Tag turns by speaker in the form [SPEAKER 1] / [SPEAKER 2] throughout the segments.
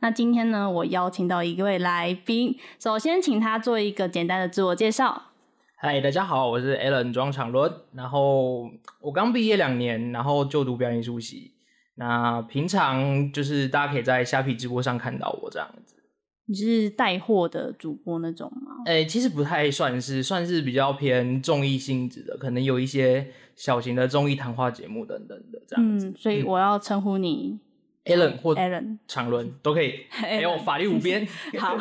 [SPEAKER 1] 那今天呢，我邀请到一位来宾，首先请他做一个简单的自我介绍。
[SPEAKER 2] 嗨，大家好，我是 Alan 庄长伦。然后我刚毕业两年，然后就读表演艺术系。那平常就是大家可以在虾皮直播上看到我这样子。
[SPEAKER 1] 你是带货的主播那种吗？
[SPEAKER 2] 哎、其实不太算是，算是比较偏综艺性质的，可能有一些小型的综艺谈话节目等等的这样子。
[SPEAKER 1] 嗯，所以我要称呼你
[SPEAKER 2] Alan 或
[SPEAKER 1] Alan。
[SPEAKER 2] 长伦都可以。还有
[SPEAKER 1] Alan，
[SPEAKER 2] 法律无边
[SPEAKER 1] 好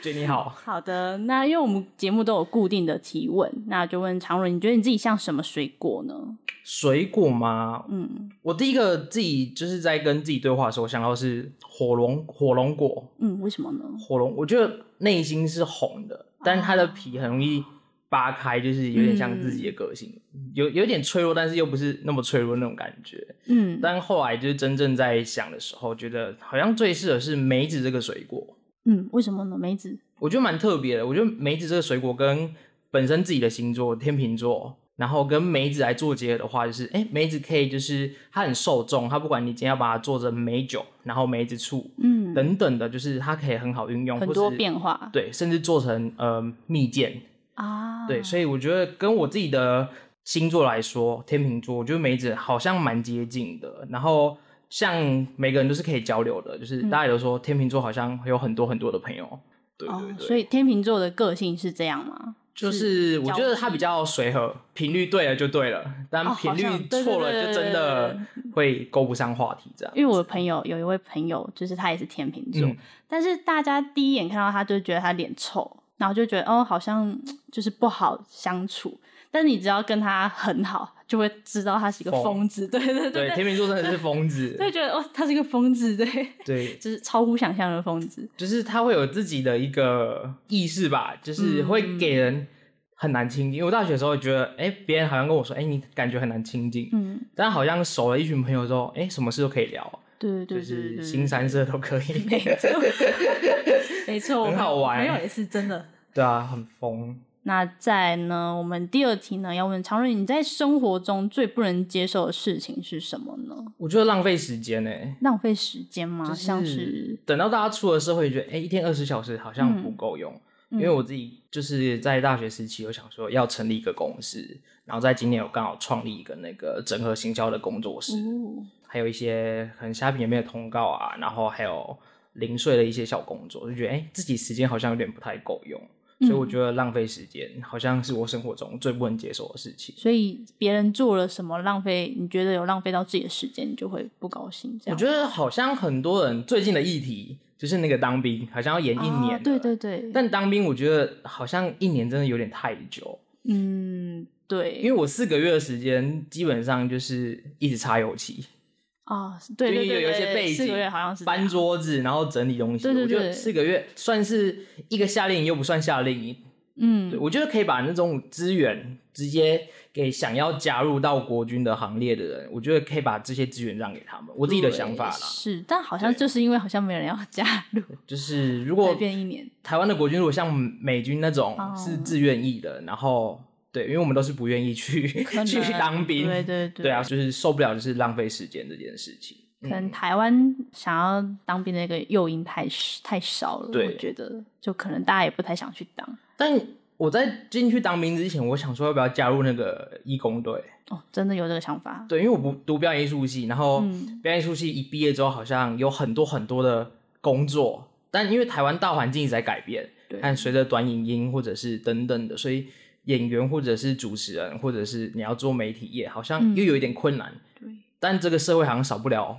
[SPEAKER 2] j 你好。
[SPEAKER 1] 好的，那因为我们节目都有固定的提问，那就问常伦，你觉得你自己像什么水果呢？
[SPEAKER 2] 水果吗？
[SPEAKER 1] 嗯
[SPEAKER 2] 我第一个自己就是在跟自己对话的时候，想到是火龙火龙果，
[SPEAKER 1] 嗯，为什么呢？
[SPEAKER 2] 火龙，我觉得内心是红的，
[SPEAKER 1] 啊
[SPEAKER 2] 但是它的皮很容易扒开，就是有点像自己的个性，有有点脆弱，但是又不是那么脆弱那种感觉。
[SPEAKER 1] 嗯
[SPEAKER 2] 但后来就是真正在想的时候，觉得好像最适合是梅子这个水果，
[SPEAKER 1] 嗯，为什么呢？梅子
[SPEAKER 2] 我觉得蛮特别的。我觉得梅子这个水果跟本身自己的星座天秤座。然后跟梅子来做结合的话，就是哎，梅子可以就是它很受众，它不管你今天要把它做成梅酒，然后梅子醋、
[SPEAKER 1] 嗯
[SPEAKER 2] 等等的，就是它可以很好运用，
[SPEAKER 1] 很
[SPEAKER 2] 或
[SPEAKER 1] 多
[SPEAKER 2] 是
[SPEAKER 1] 变化
[SPEAKER 2] 对，甚至做成呃蜜饯，
[SPEAKER 1] 啊，
[SPEAKER 2] 对，所
[SPEAKER 1] 以
[SPEAKER 2] 以我觉得跟我自己的星座来说，天秤座，我觉得梅子好像蛮接近的。然后像每个人都是可以交流的，
[SPEAKER 1] 嗯
[SPEAKER 2] 就是大家有说天秤座好像有很多很多的朋友，对对
[SPEAKER 1] 哦，
[SPEAKER 2] 对，
[SPEAKER 1] 所以天秤座的个性是这样吗？
[SPEAKER 2] 就是我觉
[SPEAKER 1] 交
[SPEAKER 2] 得
[SPEAKER 1] 际
[SPEAKER 2] 它比较随和，频率对了就对了，但
[SPEAKER 1] 哦好
[SPEAKER 2] 频率
[SPEAKER 1] 像对对
[SPEAKER 2] 错了
[SPEAKER 1] 对对
[SPEAKER 2] 就真
[SPEAKER 1] 对
[SPEAKER 2] 的会勾不上话题这样。
[SPEAKER 1] 因为我的朋友有一位朋友，就是他也是天秤座，
[SPEAKER 2] 嗯
[SPEAKER 1] 但是大家第一眼看到他就觉得他脸臭，然后就觉得哦，好像嗯就是不好相处。但是你只要跟他很好，就会知道他是一个
[SPEAKER 2] 疯
[SPEAKER 1] 疯子， 对对
[SPEAKER 2] 对，
[SPEAKER 1] 对，
[SPEAKER 2] 天秤座真的是疯子
[SPEAKER 1] 就，会觉得哦，他是一个疯子，对，
[SPEAKER 2] 对，
[SPEAKER 1] 就是超乎想象的疯子。
[SPEAKER 2] 就是他会有自己的一个意识吧，就是
[SPEAKER 1] 嗯
[SPEAKER 2] 会给人很难亲近。因为我大学的时候觉得，哎、别人好像跟我说，哎、你感觉很难亲近，
[SPEAKER 1] 嗯，
[SPEAKER 2] 但好像熟了一群朋友之后，哎、什么事都可以聊，
[SPEAKER 1] 对对对对对
[SPEAKER 2] 就是
[SPEAKER 1] 对，
[SPEAKER 2] 新三社都可以。
[SPEAKER 1] 没错，没错，我
[SPEAKER 2] 很好
[SPEAKER 1] 朋友
[SPEAKER 2] 玩
[SPEAKER 1] 我朋友也是真的。
[SPEAKER 2] 对啊，很疯。
[SPEAKER 1] 那再呢，我们第二题呢要问常瑞，你在生活中最不能接受的事情是什么呢？
[SPEAKER 2] 我觉得浪费时间呢、欸
[SPEAKER 1] 浪费时间吗？
[SPEAKER 2] 就是
[SPEAKER 1] 啊像是嗯
[SPEAKER 2] 等到大家出了社会，觉得哎、一天二十小时好像不够用。因为我自己就是在大学时期，有想说要成立一个公司，然后在今年有刚好创立一个那个整合行销的工作室，
[SPEAKER 1] 哦，
[SPEAKER 2] 还有一些可能虾皮里面的通告啊，然后还有零碎的一些小工作，就觉得哎、诶自己时间好像有点不太够用，所以
[SPEAKER 1] 嗯
[SPEAKER 2] 我觉得浪费时间好像是我生活中最不能接受的事情。
[SPEAKER 1] 所以别人做了什么浪费，你觉得有浪费到自己的时间，你就会不高兴。这样
[SPEAKER 2] 我觉得好像很多人最近的议题就是那个当兵，好像要延一年、
[SPEAKER 1] 啊对对，对，
[SPEAKER 2] 但当兵我觉得好像一年真的有点太久，
[SPEAKER 1] 嗯，对，
[SPEAKER 2] 因为我四个月的时间基本上就是一直擦油漆、
[SPEAKER 1] 啊，对对
[SPEAKER 2] 因
[SPEAKER 1] 对，
[SPEAKER 2] 为有一些
[SPEAKER 1] 对
[SPEAKER 2] 背景
[SPEAKER 1] 四个月好像是这样
[SPEAKER 2] 搬，桌子，然后整理东西。
[SPEAKER 1] 对对
[SPEAKER 2] 我觉
[SPEAKER 1] 对
[SPEAKER 2] 得四个月算是一个夏令营，又不算夏令营，对，
[SPEAKER 1] 嗯，
[SPEAKER 2] 我觉得可以把那种资源直接给想要加入到国军的行列的人，我觉得可以把这些资源让给他们。我
[SPEAKER 1] 我
[SPEAKER 2] 自己的想法啦，
[SPEAKER 1] 是，但好像
[SPEAKER 2] 对
[SPEAKER 1] 就是因为好像没有人要加入，
[SPEAKER 2] 就是如
[SPEAKER 1] 改
[SPEAKER 2] 果
[SPEAKER 1] 变一年，
[SPEAKER 2] 台湾的国军如果像美军那种
[SPEAKER 1] 哦
[SPEAKER 2] 是自愿意的，然后对，因为我们都是不愿意去
[SPEAKER 1] 可能
[SPEAKER 2] 去当兵，
[SPEAKER 1] 对对对
[SPEAKER 2] 对啊，嗯就是受不了就是浪费时间这件事情。
[SPEAKER 1] 可能台湾想要当兵的那个诱因太太少了，
[SPEAKER 2] 对
[SPEAKER 1] 我觉得就可能大家也不太想去当。
[SPEAKER 2] 但我在进去当兵之前，我想说要不要加入那个义工队，
[SPEAKER 1] 哦，真的有这个想法，
[SPEAKER 2] 对，因为我不读表演艺术系，然后
[SPEAKER 1] 嗯
[SPEAKER 2] 表演艺术系一毕业之后，好像有很多很多的工作，但因为台湾大环境一直在改变
[SPEAKER 1] 对，
[SPEAKER 2] 但随着短影音或者是等等的，所以演员或者是主持人，或者是你要做媒体业，好像
[SPEAKER 1] 嗯
[SPEAKER 2] 又有一点困难。
[SPEAKER 1] 对
[SPEAKER 2] 但这个社会好像少不了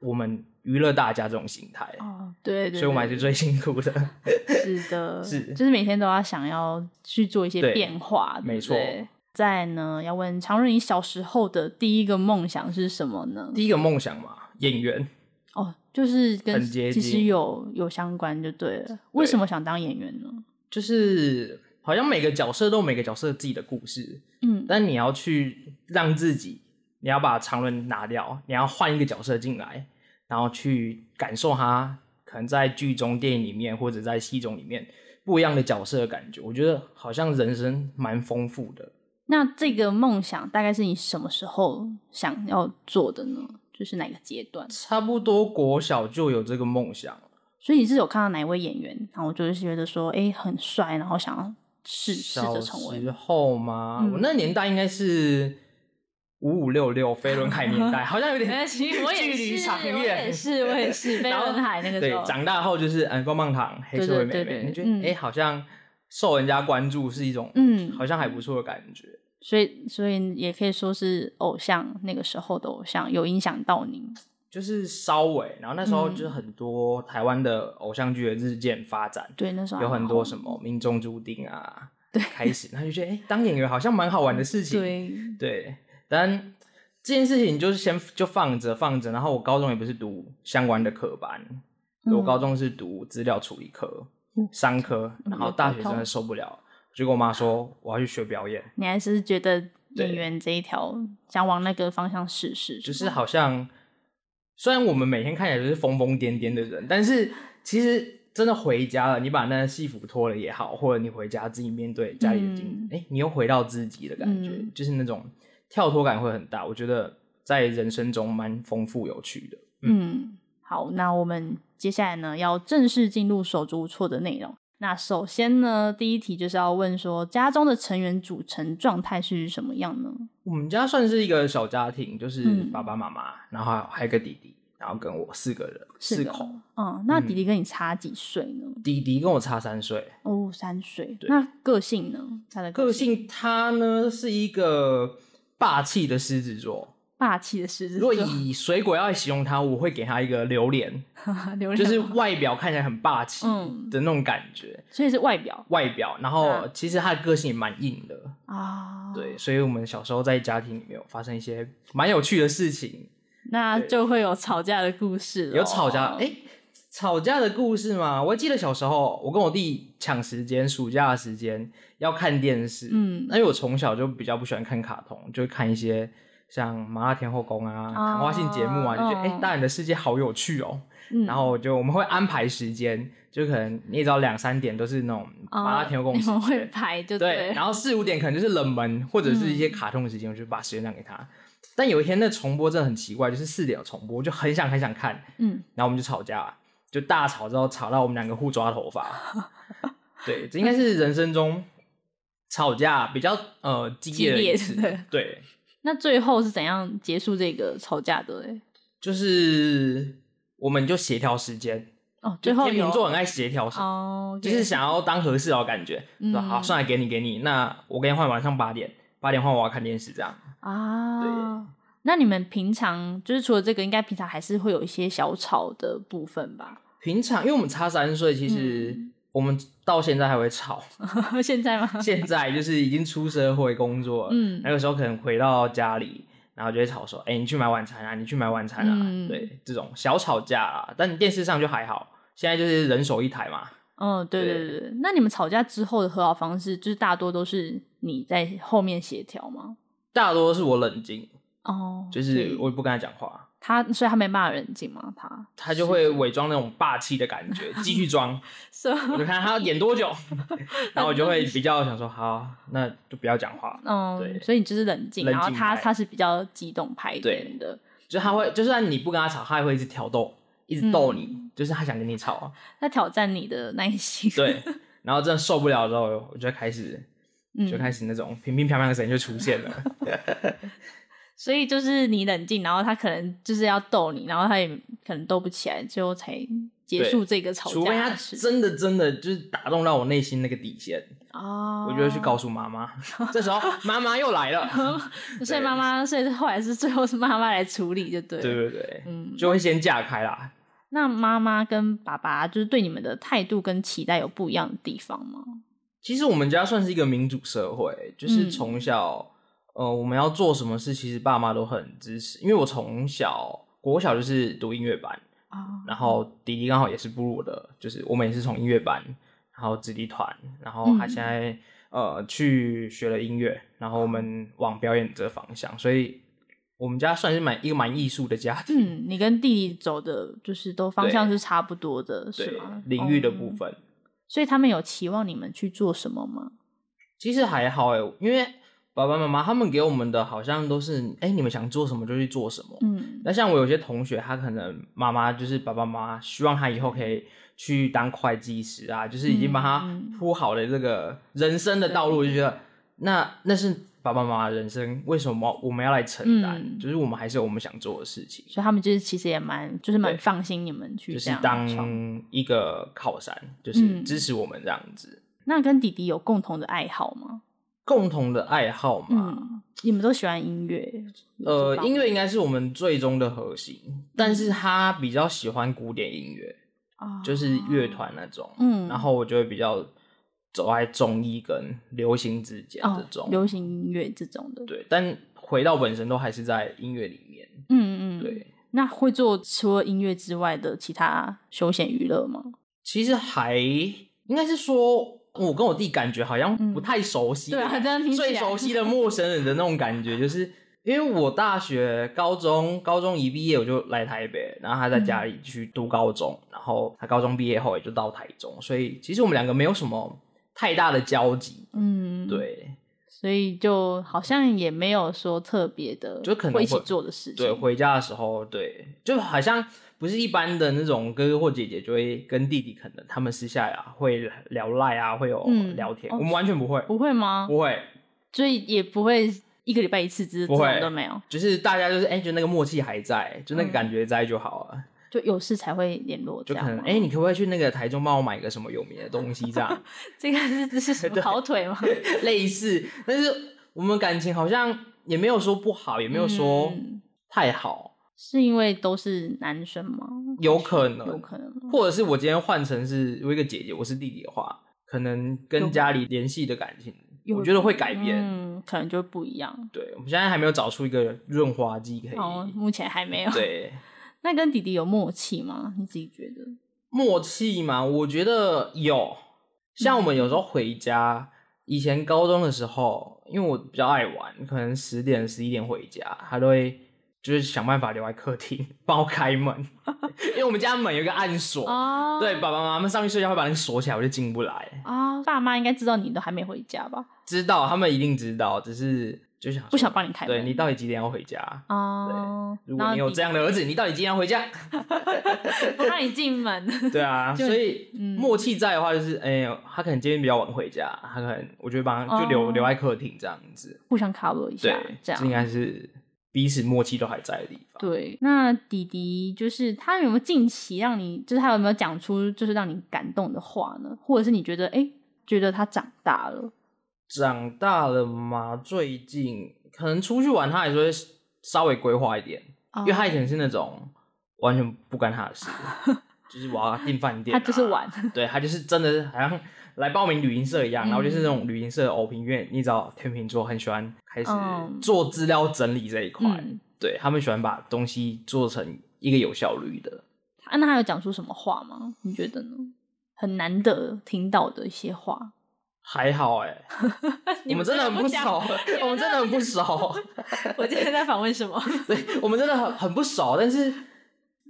[SPEAKER 2] 我们娱乐大家这种心态，
[SPEAKER 1] 哦，对对
[SPEAKER 2] 所以我们还
[SPEAKER 1] 对
[SPEAKER 2] 是最辛苦的。
[SPEAKER 1] 是的，
[SPEAKER 2] 是
[SPEAKER 1] 就是每天都要想要去做一些
[SPEAKER 2] 对
[SPEAKER 1] 变化，
[SPEAKER 2] 没
[SPEAKER 1] 对不对
[SPEAKER 2] 错。
[SPEAKER 1] 再呢，要问常润，你小时候的第一个梦想是什么呢？
[SPEAKER 2] 第一个梦想嘛，演员。
[SPEAKER 1] 哦，就是跟
[SPEAKER 2] 很接
[SPEAKER 1] 其
[SPEAKER 2] 近
[SPEAKER 1] 实有有相关就对了。为什么想当演员呢？
[SPEAKER 2] 就是好像每个角色都有每个角色自己的故事，
[SPEAKER 1] 嗯，
[SPEAKER 2] 但你要去让自己，你要把常人拿掉，你要换一个角色进来，然后去感受他可能在剧中、电影里面或者在戏中里面不一样的角色的感觉。我觉得好像人生蛮丰富的。
[SPEAKER 1] 那这个梦想大概是你什么时候想要做的呢？就是哪个阶段？
[SPEAKER 2] 差不多国小就有这个梦想，
[SPEAKER 1] 所以你是有看到哪一位演员，然后我就是觉得说，哎、很帅，然后想要试试
[SPEAKER 2] 小
[SPEAKER 1] 着成为
[SPEAKER 2] 时。候吗？
[SPEAKER 1] 嗯
[SPEAKER 2] 我那年代应该是五五六六飞轮 海年代，好像有点
[SPEAKER 1] 其实
[SPEAKER 2] 距离长远。
[SPEAKER 1] 是，我也 是，飞
[SPEAKER 2] 然后
[SPEAKER 1] 轮海那个
[SPEAKER 2] 对
[SPEAKER 1] 时候，，
[SPEAKER 2] 长大后就是嗯，棒棒糖、黑社会妹
[SPEAKER 1] 对对
[SPEAKER 2] 妹，
[SPEAKER 1] 对
[SPEAKER 2] 你觉
[SPEAKER 1] 嗯
[SPEAKER 2] 得哎，好像受人家关注是一种
[SPEAKER 1] 嗯
[SPEAKER 2] 好像还不错的感觉。
[SPEAKER 1] 所以所以也可以说是偶像那个时候的偶像，有影响到你。
[SPEAKER 2] 就是稍微，然后那时候
[SPEAKER 1] 嗯
[SPEAKER 2] 就是很多台湾的偶像剧的日渐发展，
[SPEAKER 1] 对，那时候
[SPEAKER 2] 有很多什
[SPEAKER 1] 么
[SPEAKER 2] 么命中注定啊， 对，开始，他就觉得哎、诶当演员好像蛮好玩的事情，
[SPEAKER 1] 对，
[SPEAKER 2] 对，但这件事情就是先就放着放着，然后我高中也不是读相关的科班，我高中是读资料处理科、
[SPEAKER 1] 嗯
[SPEAKER 2] 商科，
[SPEAKER 1] 嗯
[SPEAKER 2] 然后大学真的受不了，就跟我 妈说我要去学表演，
[SPEAKER 1] 你还是觉得
[SPEAKER 2] 对
[SPEAKER 1] 演员这一条想往那个方向试试，
[SPEAKER 2] 就是
[SPEAKER 1] 吗
[SPEAKER 2] 好像虽然我们每天看起来就是疯疯癫癫的人，但是其实真的回家了，你把那戏服脱了也好，或者你回家自己面对家里的镜
[SPEAKER 1] 嗯
[SPEAKER 2] 子，哎、你又回到自己的感觉，
[SPEAKER 1] 嗯
[SPEAKER 2] 就是那种跳脱感会很大。我觉得在人生中蛮丰富有趣的。
[SPEAKER 1] 嗯，好，那我们接下来呢，要正式进入手足无措的内容。那首先呢，第一题就是要问说，家中的成员组成状态是什么样呢？
[SPEAKER 2] 我们家算是一个小家庭，就是
[SPEAKER 1] 嗯
[SPEAKER 2] 爸爸妈妈，然后还有还有一个弟弟，然后跟我四个人，四
[SPEAKER 1] 个
[SPEAKER 2] 口。。
[SPEAKER 1] 嗯，那弟弟跟你差几岁呢？
[SPEAKER 2] 弟弟跟我差三岁，
[SPEAKER 1] 哦，三岁。
[SPEAKER 2] 对
[SPEAKER 1] 那个性呢？他的
[SPEAKER 2] 个
[SPEAKER 1] 性
[SPEAKER 2] 性他呢是一个霸气的狮子座，
[SPEAKER 1] 霸气的狮子
[SPEAKER 2] 如果
[SPEAKER 1] 座，
[SPEAKER 2] 以水果要形容它，我会给它一个榴莲，
[SPEAKER 1] 流量
[SPEAKER 2] 就是外表看起来很霸气
[SPEAKER 1] 嗯
[SPEAKER 2] 的那种感觉，
[SPEAKER 1] 所以是外表
[SPEAKER 2] 外表，然后其实它的个性也蛮硬的，
[SPEAKER 1] 啊。
[SPEAKER 2] 对，，所以我们小时候在家庭里面有发生一些蛮有趣的事情，
[SPEAKER 1] 那就会有吵架的故事咯，
[SPEAKER 2] 有吵架，哎、吵架的故事吗？我记得小时候，我跟我弟抢时间，暑假的时间要看电视，
[SPEAKER 1] 嗯
[SPEAKER 2] 那因为我从小就比较不喜欢看卡通，就会看一些像《麻辣天后宫》啊、谈话性节目啊，就觉得哎、
[SPEAKER 1] 哦嗯
[SPEAKER 2] 大人的世界好有趣哦、
[SPEAKER 1] 嗯，
[SPEAKER 2] 然后就我们会安排时间，就可能你也知道两三点都是那种
[SPEAKER 1] 啊
[SPEAKER 2] 麻辣天后宫
[SPEAKER 1] 你
[SPEAKER 2] 时间、
[SPEAKER 1] 们会排就
[SPEAKER 2] 对，
[SPEAKER 1] 了
[SPEAKER 2] 然后四五点可能就是冷门或者是
[SPEAKER 1] 嗯
[SPEAKER 2] 一些卡通的时间，我就把时间让给他。但有一天那重播真的很奇怪，就是四点有重播，我就很想很想看，
[SPEAKER 1] 嗯，
[SPEAKER 2] 然后我们就吵架，就大吵之后吵到我们两个互抓头发。 对，这应该是人生中吵架比较呃激烈的一次
[SPEAKER 1] 激烈的。
[SPEAKER 2] 对，
[SPEAKER 1] 那最后是怎样结束这个吵架的嘞？
[SPEAKER 2] 就是我们就协调时间，
[SPEAKER 1] 哦，最
[SPEAKER 2] 就
[SPEAKER 1] 后
[SPEAKER 2] 天秤
[SPEAKER 1] 有
[SPEAKER 2] 座很爱协调时间。
[SPEAKER 1] 哦，
[SPEAKER 2] 就是想要当和事佬的感觉，
[SPEAKER 1] 嗯
[SPEAKER 2] 说好，算了，给你给你。那我跟你换晚上八点，八点换我要看电视，这样。
[SPEAKER 1] 啊。那你们平常就是除了这个，应该平常还是会有一些小吵的部分吧？
[SPEAKER 2] 平常因为我们差三岁，其实
[SPEAKER 1] 嗯
[SPEAKER 2] 我们到现在还 会吵。
[SPEAKER 1] 现在吗？
[SPEAKER 2] 现在就是已经出社会工作了，
[SPEAKER 1] 嗯
[SPEAKER 2] 那个时候可能回到家里，然后就会吵说：“哎、你去买晚餐啊，你去买晚餐啊。
[SPEAKER 1] 嗯
[SPEAKER 2] 对，这种小吵架啦，但电视上就还好。现在就是人手一台嘛，
[SPEAKER 1] 嗯，对对对对。那你们吵架之后的和好方式，就是大多都是你在后面协调吗？
[SPEAKER 2] 大多是我冷静，
[SPEAKER 1] 哦，
[SPEAKER 2] 就
[SPEAKER 1] 所
[SPEAKER 2] 是
[SPEAKER 1] 以
[SPEAKER 2] 我也不跟他讲话，
[SPEAKER 1] 他，所以他没办法冷静吗？ 他
[SPEAKER 2] 他就会伪装那种霸气的感觉，继续装。
[SPEAKER 1] 是
[SPEAKER 2] 我就看他要演 多久，然后我就会比较想说：好，那就不要讲话。对
[SPEAKER 1] 嗯，所以你就是冷静，
[SPEAKER 2] 冷
[SPEAKER 1] 然后
[SPEAKER 2] 静
[SPEAKER 1] 他
[SPEAKER 2] 派
[SPEAKER 1] 他是比较激动派一
[SPEAKER 2] 对
[SPEAKER 1] 点的。
[SPEAKER 2] 就他会，就算你不跟他吵，他也会一直挑逗，一直逗你，
[SPEAKER 1] 嗯
[SPEAKER 2] 就是他想跟你吵。啊
[SPEAKER 1] 他挑战你的耐心，
[SPEAKER 2] 对，然后真的受不了之后，我就开始
[SPEAKER 1] 嗯，
[SPEAKER 2] 就开始那种平平飘飘的声音就出现了。
[SPEAKER 1] 所以就是你冷静，然后他可能就是要逗你，然后他也可能逗不起来，最后才结束这个吵
[SPEAKER 2] 除非
[SPEAKER 1] 架
[SPEAKER 2] 他
[SPEAKER 1] 的事。
[SPEAKER 2] 真的真的就是打动到我内心那个底线，
[SPEAKER 1] 哦，
[SPEAKER 2] 我就会去告诉妈妈。 这时候妈妈又来了，
[SPEAKER 1] 所以妈妈，所以后来是最后是妈妈来处理，就对了。
[SPEAKER 2] 对对对，
[SPEAKER 1] 嗯，
[SPEAKER 2] 就会先架开啦。
[SPEAKER 1] 那妈妈跟爸爸就是对你们的态度跟期待有不一样的地方吗？
[SPEAKER 2] 其实我们家算是一个民主社会，就是
[SPEAKER 1] 嗯
[SPEAKER 2] 从小，呃，我们要做什么事，其实爸妈都很支持。因为我从小国小就是读音乐班，
[SPEAKER 1] 啊，
[SPEAKER 2] 然后弟弟刚好也是步入我的，就是我们也是从音乐班，然后子弟团，然后他
[SPEAKER 1] 嗯
[SPEAKER 2] 现在呃去学了音乐，然后我们往表演这方向，所以我们家算是蛮一个蛮艺术的家庭，
[SPEAKER 1] 嗯，你跟弟弟走的就是都方向是差不多的，
[SPEAKER 2] 对
[SPEAKER 1] 是吗？
[SPEAKER 2] 领域的
[SPEAKER 1] 哦
[SPEAKER 2] 部分。
[SPEAKER 1] 所以他们有期望你们去做什么吗？
[SPEAKER 2] 其实还好哎、因为爸爸妈妈他们给我们的好像都是，哎、你们想做什么就去做什么。
[SPEAKER 1] 嗯，
[SPEAKER 2] 那像我有些同学，他可能妈妈就是爸爸妈妈希望他以后可以去当会计师啊，就是已经帮他
[SPEAKER 1] 嗯嗯
[SPEAKER 2] 铺好了这个人生的道路，就觉得那那是爸爸妈妈的人生，为什么我们要来承担？
[SPEAKER 1] 嗯
[SPEAKER 2] 就是我们还是有我们想做的事情，
[SPEAKER 1] 所以他们就是其实也蛮就是蛮
[SPEAKER 2] 对
[SPEAKER 1] 放心你们去
[SPEAKER 2] 就是
[SPEAKER 1] 这样
[SPEAKER 2] 当
[SPEAKER 1] 闯
[SPEAKER 2] 一个靠山，就
[SPEAKER 1] 嗯
[SPEAKER 2] 是支持我们这样子。
[SPEAKER 1] 那跟弟弟有共同的爱好吗？
[SPEAKER 2] 共同的爱好嘛，
[SPEAKER 1] 嗯，你们都喜欢音乐？有
[SPEAKER 2] 呃
[SPEAKER 1] 这，方
[SPEAKER 2] 音乐
[SPEAKER 1] 面
[SPEAKER 2] 应该是我们最终的核心，但是他比较喜欢古典音乐，
[SPEAKER 1] 啊
[SPEAKER 2] 就是乐团那种。
[SPEAKER 1] 嗯
[SPEAKER 2] 然后我就会比较走在中医跟流行之间这
[SPEAKER 1] 哦
[SPEAKER 2] 种。
[SPEAKER 1] 流行音乐这种的。
[SPEAKER 2] 对，但回到本身都还是在音乐里面。
[SPEAKER 1] 嗯嗯，。
[SPEAKER 2] 对，
[SPEAKER 1] 那会做除了音乐之外的其他休闲娱乐吗？
[SPEAKER 2] 其实还应该是说，我跟我弟感觉好像不太熟悉。
[SPEAKER 1] 嗯对啊，这样听起来
[SPEAKER 2] 最熟悉的陌生人的那种感觉，就是因为我大学、高中、高中一毕业我就来台北，然后他在家
[SPEAKER 1] 嗯
[SPEAKER 2] 里去读高中，然后他高中毕业后也就到台中，所以其实我们两个没有什么太大的交集。
[SPEAKER 1] 嗯，，
[SPEAKER 2] 对
[SPEAKER 1] 所以就好像也没有说特别的，
[SPEAKER 2] 就可能
[SPEAKER 1] 会一起
[SPEAKER 2] 会
[SPEAKER 1] 做的事情。
[SPEAKER 2] 对，回家的时候，对，就好像不是一般的那种哥哥或姐姐就会跟弟弟，可能他们私下呀、会聊赖啊，会有
[SPEAKER 1] 嗯
[SPEAKER 2] 聊天，
[SPEAKER 1] 哦
[SPEAKER 2] 我们完全不会，
[SPEAKER 1] 不会吗？
[SPEAKER 2] 不会，
[SPEAKER 1] 所以也不会一个礼拜一次之，这
[SPEAKER 2] 不会
[SPEAKER 1] 种都没有，
[SPEAKER 2] 就是大家就是哎、就那个默契还在，就那个
[SPEAKER 1] 嗯
[SPEAKER 2] 感觉在就好了。
[SPEAKER 1] 就有事才会联络这
[SPEAKER 2] 就
[SPEAKER 1] 样
[SPEAKER 2] 可
[SPEAKER 1] 吗。
[SPEAKER 2] 能哎、你可不可以去那个台中帮我买个什么有名的东西这 样，
[SPEAKER 1] 这个 是这是什么跑腿吗？
[SPEAKER 2] 类似。但是我们感情好像也没有说不好， 也没有说哦
[SPEAKER 1] 嗯
[SPEAKER 2] 太好，
[SPEAKER 1] 是因为都是男生吗？
[SPEAKER 2] 有可
[SPEAKER 1] 有
[SPEAKER 2] 能，
[SPEAKER 1] 可能吗？
[SPEAKER 2] 或者是我今天换成是我一个姐姐，我是弟弟的话，可能
[SPEAKER 1] 有
[SPEAKER 2] 跟家里联系的感情，
[SPEAKER 1] 有
[SPEAKER 2] 我觉得会改变。
[SPEAKER 1] 嗯，可能就不一样。
[SPEAKER 2] 对，我们现在还没有找出一个润滑剂可以。
[SPEAKER 1] 哦，目前还没有。
[SPEAKER 2] 对，
[SPEAKER 1] 那跟弟弟有默契吗？你自己觉得？
[SPEAKER 2] 默契嘛，我觉得有。像我们有时候回家，以前高中的时候，因为我比较爱玩，可能十点十一点回家，他都会就是想办法留在客厅帮我开门， 因为我们家门有一个暗锁，
[SPEAKER 1] 哦
[SPEAKER 2] 对，爸爸妈妈上去睡觉会把那个锁起来，我就进不来。
[SPEAKER 1] 啊，爸妈应该知道你都还没回家吧？
[SPEAKER 2] 知道他们一定知道，只是就想说
[SPEAKER 1] 不想帮你开门
[SPEAKER 2] 对你到底几点要回家？
[SPEAKER 1] 啊，然
[SPEAKER 2] 如果
[SPEAKER 1] 后
[SPEAKER 2] 你有这样的儿子，你到底几点要回家？
[SPEAKER 1] 不 让你进门，
[SPEAKER 2] 对 啊，
[SPEAKER 1] 就
[SPEAKER 2] 所以
[SPEAKER 1] 嗯
[SPEAKER 2] 默契在的话，就是哎、他可能今天比较晚回家，他可能我就会帮他就留、
[SPEAKER 1] 哦
[SPEAKER 2] 留在客厅这样子。
[SPEAKER 1] 互相 cover 一
[SPEAKER 2] 对
[SPEAKER 1] 下，，这样
[SPEAKER 2] 应该是彼此默契都还在的地方。
[SPEAKER 1] 对，那弟弟就是他有没有近期让你，就是他有没有讲出就是让你感动的话呢？或者是你觉得哎、诶觉得他长大了，
[SPEAKER 2] 长大了嘛，最近可能出去玩，他还是会稍微规划一点，
[SPEAKER 1] 哦
[SPEAKER 2] 因为他以前是那种完全不干他 的事，就是我要订饭店、啊
[SPEAKER 1] 他就是，玩，
[SPEAKER 2] 对他就是真的是好像。来报名旅行社一样，
[SPEAKER 1] 嗯
[SPEAKER 2] 然后就是那种旅行社的偶评，因为你知道天秤座很喜欢开始
[SPEAKER 1] 嗯
[SPEAKER 2] 做资料整理这一块，
[SPEAKER 1] 嗯，
[SPEAKER 2] 对他们喜欢把东西做成一个有效率的。
[SPEAKER 1] 啊那他有讲出什么话吗？你觉得呢？很难得听到的一些 话，
[SPEAKER 2] 还好哎、 我们真的很不
[SPEAKER 1] 讲
[SPEAKER 2] 熟，
[SPEAKER 1] 你
[SPEAKER 2] 我
[SPEAKER 1] 们
[SPEAKER 2] 们真的很不熟，
[SPEAKER 1] 我今天在访问什么？
[SPEAKER 2] 对我们真的很很不熟，但是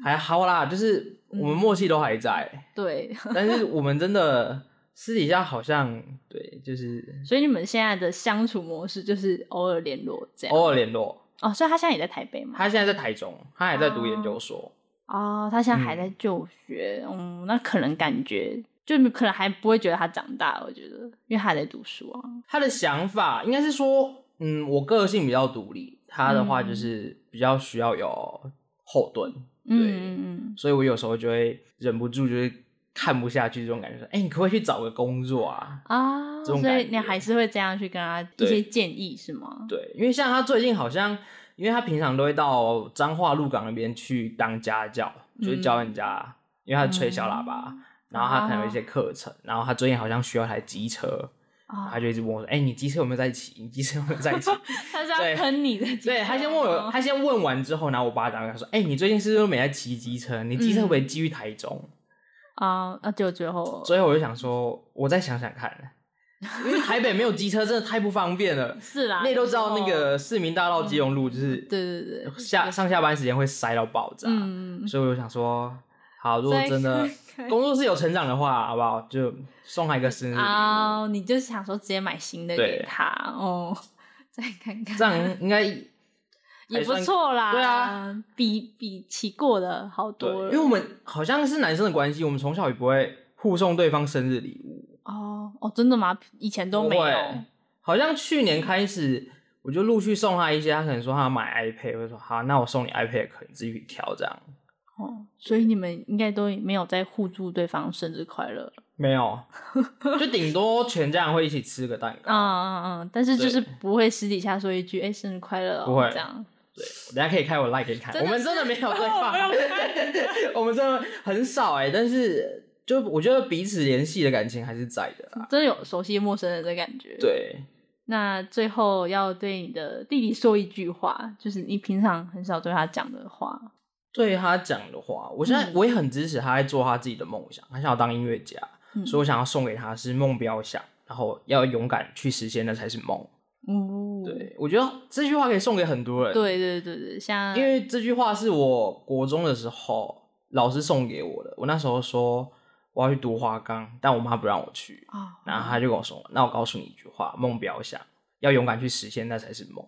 [SPEAKER 2] 还好啦，就是我们默契都还 在，
[SPEAKER 1] 对，
[SPEAKER 2] 但是我们真的私底下好像对，就是
[SPEAKER 1] 所以你们现在的相处模式就是偶尔联络这样。
[SPEAKER 2] 偶尔联络。
[SPEAKER 1] 哦，所以他现在也在台北吗？
[SPEAKER 2] 他现在在台中，他还在读研究所，
[SPEAKER 1] 哦，他现在还
[SPEAKER 2] 嗯
[SPEAKER 1] 在就学，嗯那可能感觉就可能还不会觉得他长大，我觉得，因为他还在读书啊。
[SPEAKER 2] 他的想法应该是说，嗯，我个性比较独立，他的话
[SPEAKER 1] 嗯
[SPEAKER 2] 就是比较需要有后盾，
[SPEAKER 1] 嗯
[SPEAKER 2] 对
[SPEAKER 1] 嗯嗯，
[SPEAKER 2] 所以我有时候就会忍不住就是看不下去这种感觉，说，哎、你可不可以去找个工作啊？
[SPEAKER 1] 啊，
[SPEAKER 2] 这种
[SPEAKER 1] 所以
[SPEAKER 2] 感
[SPEAKER 1] 你
[SPEAKER 2] 觉
[SPEAKER 1] 还是会这样去跟他一
[SPEAKER 2] 对
[SPEAKER 1] 些建议是吗？
[SPEAKER 2] 对，因为像他最近好像，因为他平常都会到彰化鹿港那边去当家教，就是教人家，
[SPEAKER 1] 嗯
[SPEAKER 2] 因为他吹小喇叭，然后他可能有一些课程，
[SPEAKER 1] 哦
[SPEAKER 2] 然后他最近好像需要台机车，
[SPEAKER 1] 啊、
[SPEAKER 2] 他就一直问我说，哎、你机车有没有在骑？你机车有没有在骑？
[SPEAKER 1] 他是要
[SPEAKER 2] 对
[SPEAKER 1] 喷你的，哦
[SPEAKER 2] 对他先问我，他先问完之后，然后我爸打电话说，哎、你最近是不是没在骑机车？你机车会不会
[SPEAKER 1] 嗯
[SPEAKER 2] 寄去台中？
[SPEAKER 1] 啊，那就最后
[SPEAKER 2] 所以我就想说，我再想想看。因为台北没有机车真的太不方便了。
[SPEAKER 1] 是啦，
[SPEAKER 2] 那都知道那
[SPEAKER 1] 有时候，
[SPEAKER 2] 个市民大道基隆路就是
[SPEAKER 1] 对对哦嗯对，
[SPEAKER 2] 下上下班时间会塞到爆炸，
[SPEAKER 1] 嗯，
[SPEAKER 2] 所以我就想说，好，如果
[SPEAKER 1] 再
[SPEAKER 2] 真的
[SPEAKER 1] 看看
[SPEAKER 2] 工作室有成长的话，好不好？就送他一个生日礼物，
[SPEAKER 1] 哦，你就是想说直接买新的
[SPEAKER 2] 对
[SPEAKER 1] 给他哦， 再看看，
[SPEAKER 2] 这样应该
[SPEAKER 1] 也不
[SPEAKER 2] 还算
[SPEAKER 1] 错啦。
[SPEAKER 2] 对啊，
[SPEAKER 1] 比比骑过的好
[SPEAKER 2] 对，
[SPEAKER 1] 多了。
[SPEAKER 2] 因为我们好像是男生的关系，我们从小也不会互送对方生日礼物，
[SPEAKER 1] 哦哦，真的吗？以前都
[SPEAKER 2] 不
[SPEAKER 1] 没有
[SPEAKER 2] 会。好像去年开始，
[SPEAKER 1] 嗯
[SPEAKER 2] 我就陆续送他一些，他可能说他买 iPad，我就说好，那我送你 iPad，可以自己去挑这样。
[SPEAKER 1] 哦，所以你们应该都没有在互助对方生日快乐。
[SPEAKER 2] 没 有，就顶多全家人会一起吃个蛋糕。
[SPEAKER 1] 嗯嗯嗯，但是
[SPEAKER 2] 对
[SPEAKER 1] 就是不会私底下说一句“哎、生日快乐、哦”
[SPEAKER 2] 不会
[SPEAKER 1] 这样。
[SPEAKER 2] 对，我等一下可以开我 like 给你看。
[SPEAKER 1] 真的
[SPEAKER 2] 我
[SPEAKER 1] 是
[SPEAKER 2] 们真的没有对
[SPEAKER 1] 哦没有
[SPEAKER 2] 话， 我们真的很少哎、但是就我觉得彼此联系的感情还是在的、啊。
[SPEAKER 1] 真的有熟悉陌生人的感觉。，
[SPEAKER 2] 对，
[SPEAKER 1] 那最后要对你的弟弟说一句话，就是你平常很少对他讲的话。
[SPEAKER 2] 对他讲的话，我现在
[SPEAKER 1] 嗯
[SPEAKER 2] 我也很支持他在做他自己的梦想，他想要当音乐家，
[SPEAKER 1] 嗯
[SPEAKER 2] 所以我想要送给他是梦不要想，然后要勇敢去实现，那才是梦。
[SPEAKER 1] 哦，
[SPEAKER 2] 对，我觉得这句话可以送给很多人。，
[SPEAKER 1] 对对对对，像
[SPEAKER 2] 因为这句话是我国中的时候老师送给我的，我那时候说我要去读花岗，但我妈不让我去。
[SPEAKER 1] 啊，
[SPEAKER 2] 然后他就跟我说：“那我告诉你一句话，梦不要想，要勇敢去实现，那才是梦。”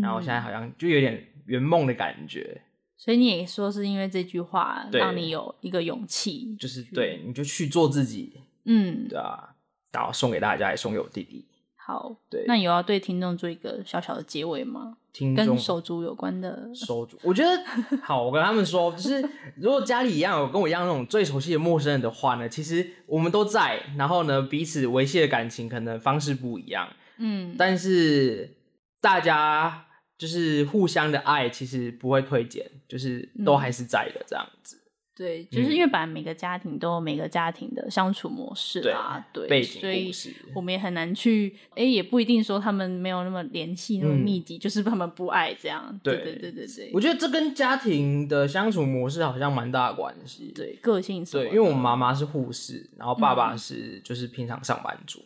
[SPEAKER 2] 然后
[SPEAKER 1] 嗯
[SPEAKER 2] 现在好像就有点圆梦的感觉，
[SPEAKER 1] 所以你也说是因为这句话
[SPEAKER 2] 对
[SPEAKER 1] 让你有一个勇气，
[SPEAKER 2] 就是对，你就去做自己，
[SPEAKER 1] 嗯，
[SPEAKER 2] 对啊，然后送给大家，也送给我弟弟。
[SPEAKER 1] 好，
[SPEAKER 2] 对，
[SPEAKER 1] 那有要对听众做一个小小的结尾吗？
[SPEAKER 2] 听众
[SPEAKER 1] 跟手足有关的，
[SPEAKER 2] 收住， 我觉得好。我跟他们说，就是如果家里一样有跟我一样那种最熟悉的陌生人的话呢，其实我们都在，然后呢，彼此维系的感情可能方式不一样，
[SPEAKER 1] 嗯，
[SPEAKER 2] 但是大家就是互相的爱，其实不会退减，就是都还是在的这样子。
[SPEAKER 1] 对，就是
[SPEAKER 2] 嗯
[SPEAKER 1] 因为本来每个家庭都有每个家庭的相处模式啊，对，
[SPEAKER 2] 背景
[SPEAKER 1] 所以
[SPEAKER 2] 故事，
[SPEAKER 1] 我们也很难去，哎、也不一定说他们没有那么联系、那么密集，就是他们不爱这样，
[SPEAKER 2] 嗯对
[SPEAKER 1] 对对对对
[SPEAKER 2] 我觉得这跟家庭的相处模式好像蛮大的关系。
[SPEAKER 1] 对，个性什么
[SPEAKER 2] 对，
[SPEAKER 1] 的，嗯
[SPEAKER 2] 因为我妈妈是护士，然后爸爸是就是平常上班族。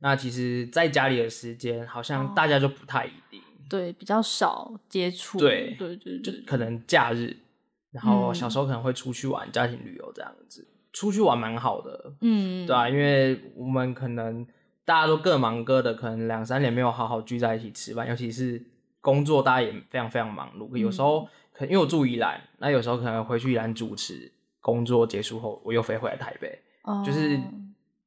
[SPEAKER 2] 那其实，在家里的时间好像大
[SPEAKER 1] 哦
[SPEAKER 2] 家就不太一定，
[SPEAKER 1] 对比较少接触，
[SPEAKER 2] 对
[SPEAKER 1] 对对
[SPEAKER 2] 就
[SPEAKER 1] 对，
[SPEAKER 2] 可能假日，然后
[SPEAKER 1] 嗯
[SPEAKER 2] 小时候可能会出去玩，家庭旅游这样子，出去玩蛮好的，
[SPEAKER 1] 嗯，
[SPEAKER 2] 对啊，因为我们可能大家都各忙各的，可能两三年没有好好聚在一起吃饭，尤其是工作，大家也非常非常忙碌。有
[SPEAKER 1] 嗯
[SPEAKER 2] 时候可因为我住宜兰，那有时候可能回去宜兰主持，工作结束后我又飞回来台北，
[SPEAKER 1] 哦，
[SPEAKER 2] 啊就是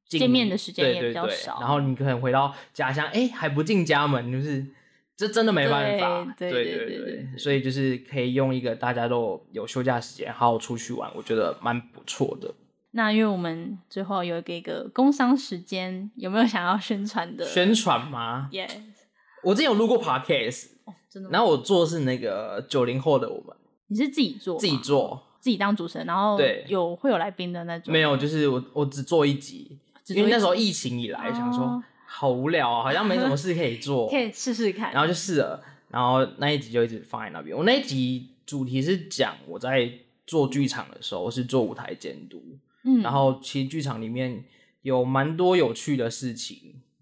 [SPEAKER 2] 近
[SPEAKER 1] 见面的时间
[SPEAKER 2] 对
[SPEAKER 1] 也
[SPEAKER 2] 对
[SPEAKER 1] 比较
[SPEAKER 2] 对
[SPEAKER 1] 少
[SPEAKER 2] 然后你可能回到家乡，哎，还不进家门，就是这真的没办法。
[SPEAKER 1] 对对
[SPEAKER 2] 对
[SPEAKER 1] 对
[SPEAKER 2] 对
[SPEAKER 1] 对对
[SPEAKER 2] 所以就是可以用一个大家都有休假时间，好好出去玩，我觉得蛮不错的。
[SPEAKER 1] 那因为我们最后有给一个工商时间，有没有想要宣传的？
[SPEAKER 2] 宣传吗？
[SPEAKER 1] 耶
[SPEAKER 2] 我之前有录过 podcast。
[SPEAKER 1] 哦，真的吗？
[SPEAKER 2] 然后我做的是那个九零后的我们
[SPEAKER 1] 你是自己做吗，
[SPEAKER 2] 自己做，
[SPEAKER 1] 自己当主持人，然后
[SPEAKER 2] 对
[SPEAKER 1] 有会有来宾的那种，
[SPEAKER 2] 没有，就是我我只做一集，
[SPEAKER 1] 啊只做一集
[SPEAKER 2] 因为那时候疫情以来，
[SPEAKER 1] 哦
[SPEAKER 2] 想说好无聊啊，好像没什么事可以做，
[SPEAKER 1] 可以试试看。
[SPEAKER 2] 然后就试了，然后那一集就一直放在那边。我那一集主题是讲我在做剧场的时候是做舞台监督，
[SPEAKER 1] 嗯，
[SPEAKER 2] 然后其实剧场里面有蛮多有趣的事情，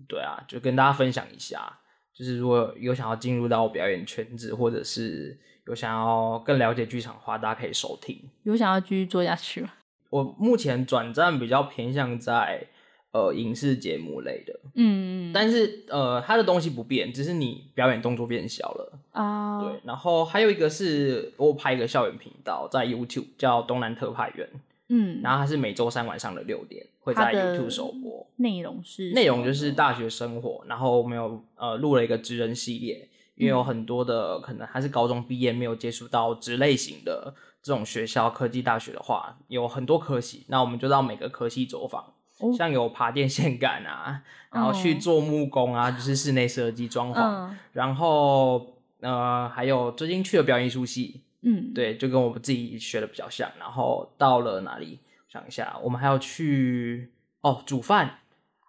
[SPEAKER 2] 对啊，就跟大家分享一下。就是如果有想要进入到表演圈子，或者是有想要更了解剧场的话，大家可以收听。
[SPEAKER 1] 有想要继续做下去吗？
[SPEAKER 2] 我目前转战比较偏向在呃影视节目类的，
[SPEAKER 1] 嗯，
[SPEAKER 2] 但是呃它的东西不变，只是你表演动作变小了。
[SPEAKER 1] 啊，
[SPEAKER 2] 对，然后还有一个是我拍一个校园频道在 YouTube 叫东南特派员，
[SPEAKER 1] 嗯，
[SPEAKER 2] 然后它是每周三晚上的六点会
[SPEAKER 1] 它
[SPEAKER 2] 在
[SPEAKER 1] 的
[SPEAKER 2] YouTube 首播。
[SPEAKER 1] 内容是
[SPEAKER 2] 内容
[SPEAKER 1] 什么
[SPEAKER 2] 就是大学生活，然后我们有呃录了一个职人系列，
[SPEAKER 1] 嗯
[SPEAKER 2] 因为有很多的可能还是高中毕业没有接触到职类型的这种学校，科技大学的话有很多科系，那我们就到每个科系走访，
[SPEAKER 1] 哦
[SPEAKER 2] 像有爬电线杆啊，然后去
[SPEAKER 1] 哦
[SPEAKER 2] 做木工啊，就是室内设计、装潢，
[SPEAKER 1] 嗯
[SPEAKER 2] 然后呃还有最近去了表演艺术系，
[SPEAKER 1] 嗯，
[SPEAKER 2] 对，就跟我们自己学的比较像。然后到了哪里？想一下，我们还要去哦，煮饭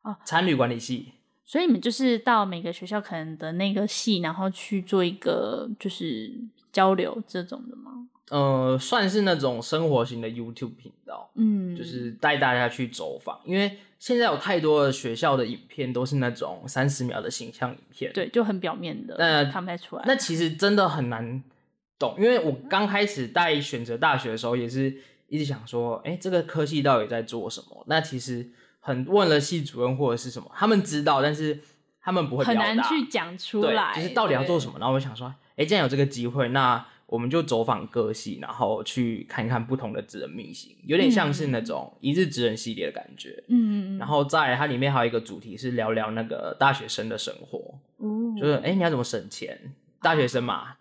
[SPEAKER 1] 哦
[SPEAKER 2] 餐旅管理系，
[SPEAKER 1] 所以你们就是到每个学校可能的那个系，然后去做一个就是交流这种的吗？
[SPEAKER 2] 呃，算是那种生活型的 YouTube 频道，
[SPEAKER 1] 嗯，
[SPEAKER 2] 就是带大家去走访，因为现在有太多的学校的影片都是那种三十秒的形象影片，
[SPEAKER 1] 对，就很表面的，
[SPEAKER 2] 那
[SPEAKER 1] 看不太出来。
[SPEAKER 2] 那其实真的很难懂，因为我刚开始在选择大学的时候，也是一直想说，哎、这个科系到底在做什么？那其实很问了系主任或者是什么，他们知道，但是他们不会
[SPEAKER 1] 很
[SPEAKER 2] 表
[SPEAKER 1] 难
[SPEAKER 2] 达
[SPEAKER 1] 去讲出
[SPEAKER 2] 对，
[SPEAKER 1] 来，
[SPEAKER 2] 就是到底要做什
[SPEAKER 1] 么？
[SPEAKER 2] 么。然后我想说，哎、既然有这个机会，那我们就走访各系，然后去看一看不同的职人秘辛，有点像是那种一日职人系列的感觉。
[SPEAKER 1] 嗯，
[SPEAKER 2] 然后在它里面还有一个主题是聊聊那个大学生的生活，
[SPEAKER 1] 哦
[SPEAKER 2] 就是哎、诶你要怎么省钱？大学生嘛，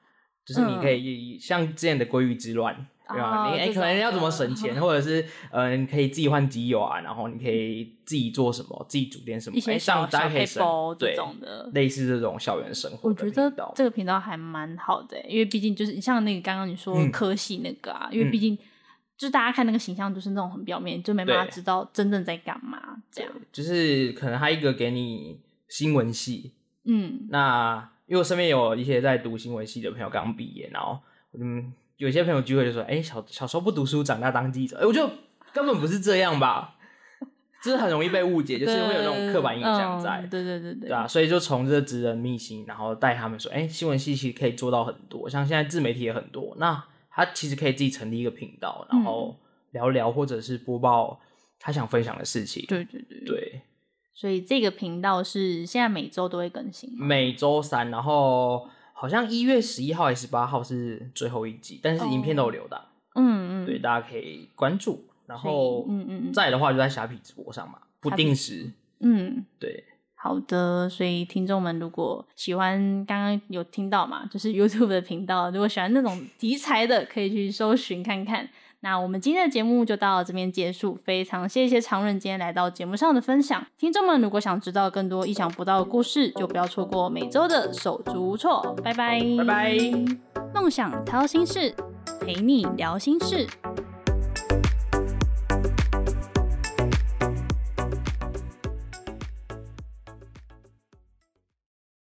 [SPEAKER 2] 就是你可以、像之前的鲑鱼之乱，对吧？
[SPEAKER 1] 嗯哦
[SPEAKER 2] 你哎、
[SPEAKER 1] 这
[SPEAKER 2] 可能
[SPEAKER 1] 种
[SPEAKER 2] 要怎么
[SPEAKER 1] 的
[SPEAKER 2] 省钱，或者是呃，你可以自己换机油啊，然后你可以自己做什么，自己煮点什么，
[SPEAKER 1] 一些
[SPEAKER 2] 哎、
[SPEAKER 1] 小
[SPEAKER 2] 上大
[SPEAKER 1] 小
[SPEAKER 2] 家可以
[SPEAKER 1] 配
[SPEAKER 2] 省
[SPEAKER 1] 包这
[SPEAKER 2] 对
[SPEAKER 1] 种的。
[SPEAKER 2] 类似这种校园生活
[SPEAKER 1] 我
[SPEAKER 2] 的
[SPEAKER 1] 觉
[SPEAKER 2] 频道。
[SPEAKER 1] 得这个频道还蛮好的欸、因为毕竟就是像那个刚刚你说
[SPEAKER 2] 嗯
[SPEAKER 1] 科系那个啊，因为
[SPEAKER 2] 嗯
[SPEAKER 1] 毕竟就是大家看那个形象就是那种很表面，就没办法
[SPEAKER 2] 对
[SPEAKER 1] 知道真正在干嘛这样。
[SPEAKER 2] 就是可能他一个给你新闻系，
[SPEAKER 1] 嗯，
[SPEAKER 2] 那因为我身边有一些在读新闻系的朋友刚毕业，然后嗯，有些朋友聚会就说，哎、小小时候不读书，长大当记者，哎、我就根本不是这样吧，就是很容易被误解，就是会有那种刻板印象在，
[SPEAKER 1] 嗯对对对对，
[SPEAKER 2] 对啊，所以就从这职人秘辛，然后带他们说，哎、新闻系其实可以做到很多，像现在自媒体也很多，那他其实可以自己成立一个频道，然
[SPEAKER 1] 嗯
[SPEAKER 2] 后聊聊或者是播报他想分享的事情，
[SPEAKER 1] 对对对。
[SPEAKER 2] 对。
[SPEAKER 1] 所以这个频道是现在每周都会更新吗，
[SPEAKER 2] 每周三，然后好像一月十一号还是十八号是最后一集，但是影片都有留档，
[SPEAKER 1] 嗯嗯，
[SPEAKER 2] 对，大家可以关注。然
[SPEAKER 1] 所以
[SPEAKER 2] 后，
[SPEAKER 1] 嗯嗯嗯
[SPEAKER 2] 再来的话就在虾皮直播上嘛，不定时，
[SPEAKER 1] 嗯，
[SPEAKER 2] 对，
[SPEAKER 1] 好的，所以听众们如果喜欢刚刚有听到嘛，就是 YouTube 的频道，如果喜欢那种题材的，可以去搜寻看看。那我们今天的节目就到这边结束，非常谢谢常人今天来到节目上的分享。听众们如果想知道更多意想不到的故事，就不要错过每周的手足无措。拜拜，
[SPEAKER 2] 拜拜。
[SPEAKER 1] 梦想掏心事，陪你聊心事。